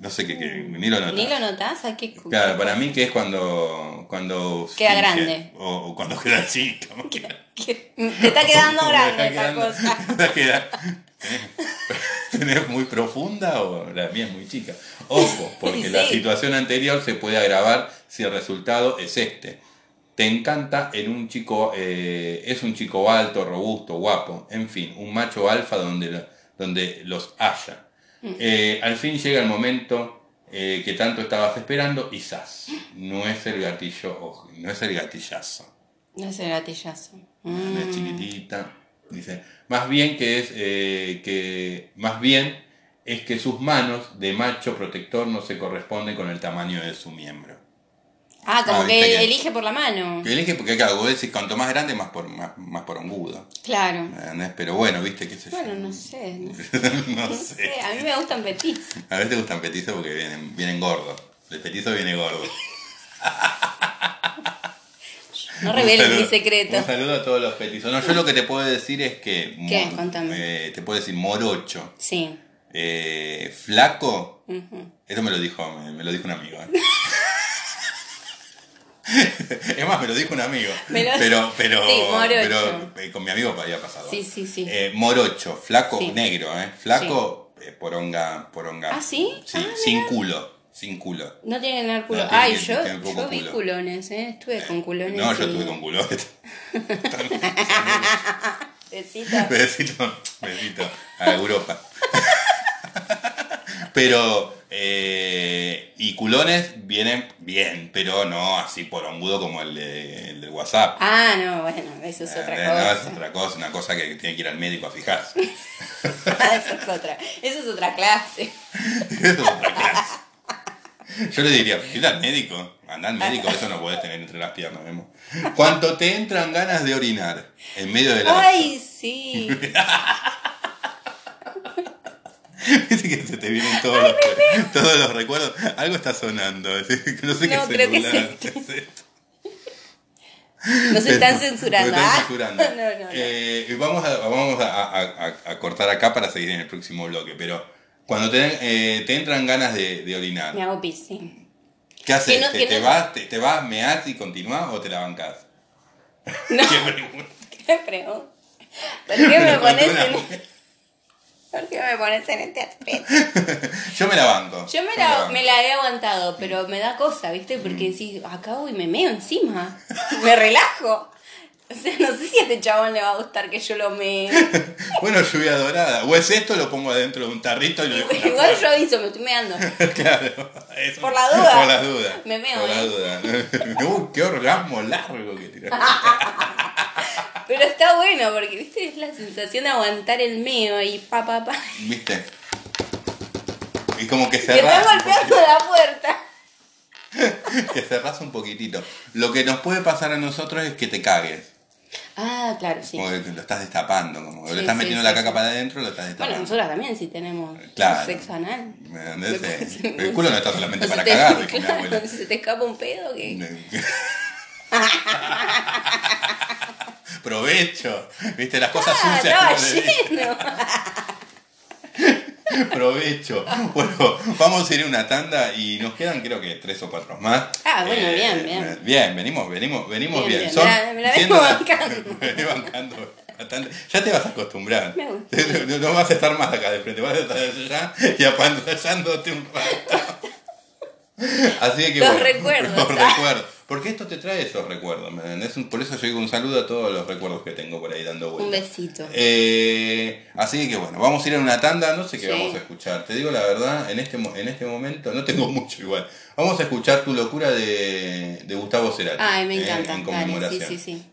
Speaker 1: No sé qué, qué- ni lo notas.
Speaker 2: Mm, ¿Ni lo notás? ¿A qué cu-
Speaker 1: Claro, para mí que es cuando... cuando
Speaker 2: Queda
Speaker 1: fingen,
Speaker 2: grande.
Speaker 1: O, o cuando queda chico.
Speaker 2: ¿Qué? Te está quedando
Speaker 1: Como
Speaker 2: grande
Speaker 1: está
Speaker 2: esa
Speaker 1: quedando-
Speaker 2: cosa.
Speaker 1: está queda- ¿Tenés muy profunda o la mía es muy chica? Ojo, porque
Speaker 2: Sí.
Speaker 1: la situación anterior se puede agravar si el resultado es este. Te encanta en un chico, eh, es un chico alto, robusto, guapo, en fin, un macho alfa donde, lo- donde los haya.
Speaker 2: Mm.
Speaker 1: Eh, al fin llega el momento eh, que tanto estabas esperando y zas, no es el gatillo, ojo, no es el gatillazo
Speaker 2: No es el gatillazo.
Speaker 1: una
Speaker 2: Mm.
Speaker 1: chiquitita. Dice, más bien que es eh, que más bien es que sus manos de macho protector no se corresponden con el tamaño de su miembro.
Speaker 2: Ah, como
Speaker 1: Ah,
Speaker 2: que,
Speaker 1: viste que-
Speaker 2: elige por la mano.
Speaker 1: Que elige porque claro, vos decís, cuanto más grande más por más, más porongudo.
Speaker 2: Claro.
Speaker 1: ¿entendés? Pero bueno, viste qué sé yo.
Speaker 2: Bueno, no sé. No sé.
Speaker 1: no
Speaker 2: no
Speaker 1: sé.
Speaker 2: sé, A mí me gustan petits.
Speaker 1: A veces te gustan petizos porque vienen, vienen gordos. El petizo viene gordo.
Speaker 2: No
Speaker 1: Un
Speaker 2: revelen
Speaker 1: saludo-
Speaker 2: mi secreto.
Speaker 1: Un saludo a todos los petizos. No, yo lo que te puedo decir es que.
Speaker 2: ¿Qué?
Speaker 1: mor-
Speaker 2: Contame.
Speaker 1: eh, te puedo decir morocho.
Speaker 2: Sí.
Speaker 1: eh, flaco.
Speaker 2: ujú.
Speaker 1: Esto me lo dijo, me, me lo dijo un amigo. ¿eh? es más, me lo dijo un amigo.
Speaker 2: Me lo-
Speaker 1: Pero, pero,
Speaker 2: Sí, morocho.
Speaker 1: pero eh, con mi amigo había pasado.
Speaker 2: Sí, sí, sí.
Speaker 1: Eh, morocho, flaco,
Speaker 2: Sí.
Speaker 1: negro, ¿eh? Flaco, eh, poronga, poronga.
Speaker 2: ¿Ah, sí?
Speaker 1: Sí,
Speaker 2: Ah,
Speaker 1: sin culo, sin culo.
Speaker 2: No tiene que tener culo.
Speaker 1: No, tiene
Speaker 2: Ay,
Speaker 1: que-
Speaker 2: yo,
Speaker 1: tiene poco
Speaker 2: yo vi
Speaker 1: culo.
Speaker 2: culones, ¿eh? Estuve con culones.
Speaker 1: No,
Speaker 2: y-
Speaker 1: yo estuve con culo.
Speaker 2: Besita.
Speaker 1: Besito, besito a Europa. Pero, eh, y culones vienen bien, pero no así porongudo como el, de, el del WhatsApp.
Speaker 2: Ah, no, bueno, eso es otra
Speaker 1: Eh,
Speaker 2: cosa.
Speaker 1: No, es otra cosa, una cosa que tiene que ir al médico a fijarse.
Speaker 2: eso es otra. Eso es otra clase.
Speaker 1: Eso es otra clase. Yo le diría, ir al médico, andá al médico, eso no podés tener entre las piernas, Memo. Cuando te entran ganas de orinar en medio de la...
Speaker 2: Ay, sí.
Speaker 1: Viste que se te vienen todos, los, todos los recuerdos. Algo está sonando. es decir, No sé
Speaker 2: No,
Speaker 1: qué
Speaker 2: creo que
Speaker 1: celular.
Speaker 2: sí. Nos están censurando.
Speaker 1: Nos están
Speaker 2: ah.
Speaker 1: censurando.
Speaker 2: No, no, no.
Speaker 1: Eh, y vamos a, vamos a, a- a- a cortar acá para seguir en el próximo bloque. Pero cuando te, eh, te entran ganas de, de orinar,
Speaker 2: Me hago pis, sí.
Speaker 1: ¿qué haces?
Speaker 2: Que no-
Speaker 1: ¿Te,
Speaker 2: que
Speaker 1: te
Speaker 2: no-
Speaker 1: vas, te, te vas, meás y continuás o te la bancás?
Speaker 2: No,
Speaker 1: Qué pregunta.
Speaker 2: qué pregunta. ¿Por qué me
Speaker 1: Pero cuando
Speaker 2: pones
Speaker 1: una-
Speaker 2: en.? ¿Por qué me pones en este aspecto?
Speaker 1: Yo me la banco.
Speaker 2: Yo me
Speaker 1: la
Speaker 2: la,
Speaker 1: banco.
Speaker 2: me la he aguantado, pero me da cosa, ¿viste?
Speaker 1: Mm.
Speaker 2: Porque decís, acabo y me meo encima. Me relajo. O sea, no sé si a este chabón le va a gustar que yo lo mee.
Speaker 1: Bueno, lluvia dorada. O es esto, lo pongo adentro de un tarrito y lo dejo. en la
Speaker 2: Igual yo aviso, me estoy meando.
Speaker 1: Claro, eso.
Speaker 2: Por la duda.
Speaker 1: Por la duda.
Speaker 2: Me meo,
Speaker 1: Por la
Speaker 2: ¿eh?
Speaker 1: duda. Uy, qué orgasmo largo que tiró.
Speaker 2: Pero está bueno, porque, ¿viste? Es la sensación de aguantar el meo y pa, pa, pa.
Speaker 1: ¿Viste? Y como que
Speaker 2: Y estás
Speaker 1: cerrás, un
Speaker 2: golpeando la puerta.
Speaker 1: poquitito, que cerrás un poquitito. Lo que nos puede pasar a nosotros es que te cagues.
Speaker 2: Ah, claro, sí.
Speaker 1: Como que lo estás destapando, como que
Speaker 2: Sí,
Speaker 1: le estás
Speaker 2: sí,
Speaker 1: metiendo
Speaker 2: sí,
Speaker 1: la caca
Speaker 2: sí.
Speaker 1: para adentro, lo estás destapando.
Speaker 2: Bueno, nosotras también sí tenemos
Speaker 1: Claro.
Speaker 2: sexo anal.
Speaker 1: ¿Me entendés?
Speaker 2: Me
Speaker 1: Sí.
Speaker 2: parece muy-
Speaker 1: El culo no está solamente
Speaker 2: No se
Speaker 1: para
Speaker 2: te-
Speaker 1: cagar, dijo mi
Speaker 2: claro,
Speaker 1: abuela.
Speaker 2: Si se te escapa un pedo, que
Speaker 1: Provecho, viste las cosas
Speaker 2: Ah,
Speaker 1: sucias. que
Speaker 2: estaba
Speaker 1: uno le dice.
Speaker 2: lleno.
Speaker 1: Provecho. Bueno, vamos a ir a una tanda y nos quedan creo que tres o cuatro más. Eh,
Speaker 2: Ah, bueno, bien, bien.
Speaker 1: Bien, venimos, venimos, venimos bien.
Speaker 2: Bien, bien.
Speaker 1: Son-
Speaker 2: Me la- me la
Speaker 1: siendo
Speaker 2: vengo bancando.
Speaker 1: me vengo bancando bastante. Ya te vas a acostumbrar.
Speaker 2: Me gusta.
Speaker 1: No, no vas a estar más acá de frente, vas a estar allá y apantallándote un rato. Así que
Speaker 2: Los
Speaker 1: bueno,
Speaker 2: recuerdos,
Speaker 1: Los
Speaker 2: ah.
Speaker 1: recuerdos. Porque esto te trae esos recuerdos, ¿me entendés? Por eso yo digo un saludo a todos los recuerdos que tengo por ahí dando vueltas.
Speaker 2: Un besito.
Speaker 1: Eh, así que bueno, vamos a ir a una tanda, no sé qué
Speaker 2: Sí.
Speaker 1: vamos a escuchar. Te digo la verdad, en este, mo- en este momento no tengo mucho igual. Vamos a escuchar Tu locura de, de Gustavo Cerati.
Speaker 2: Ay, me
Speaker 1: eh,
Speaker 2: encanta.
Speaker 1: en
Speaker 2: Dale,
Speaker 1: conmemoración.
Speaker 2: sí, sí, sí.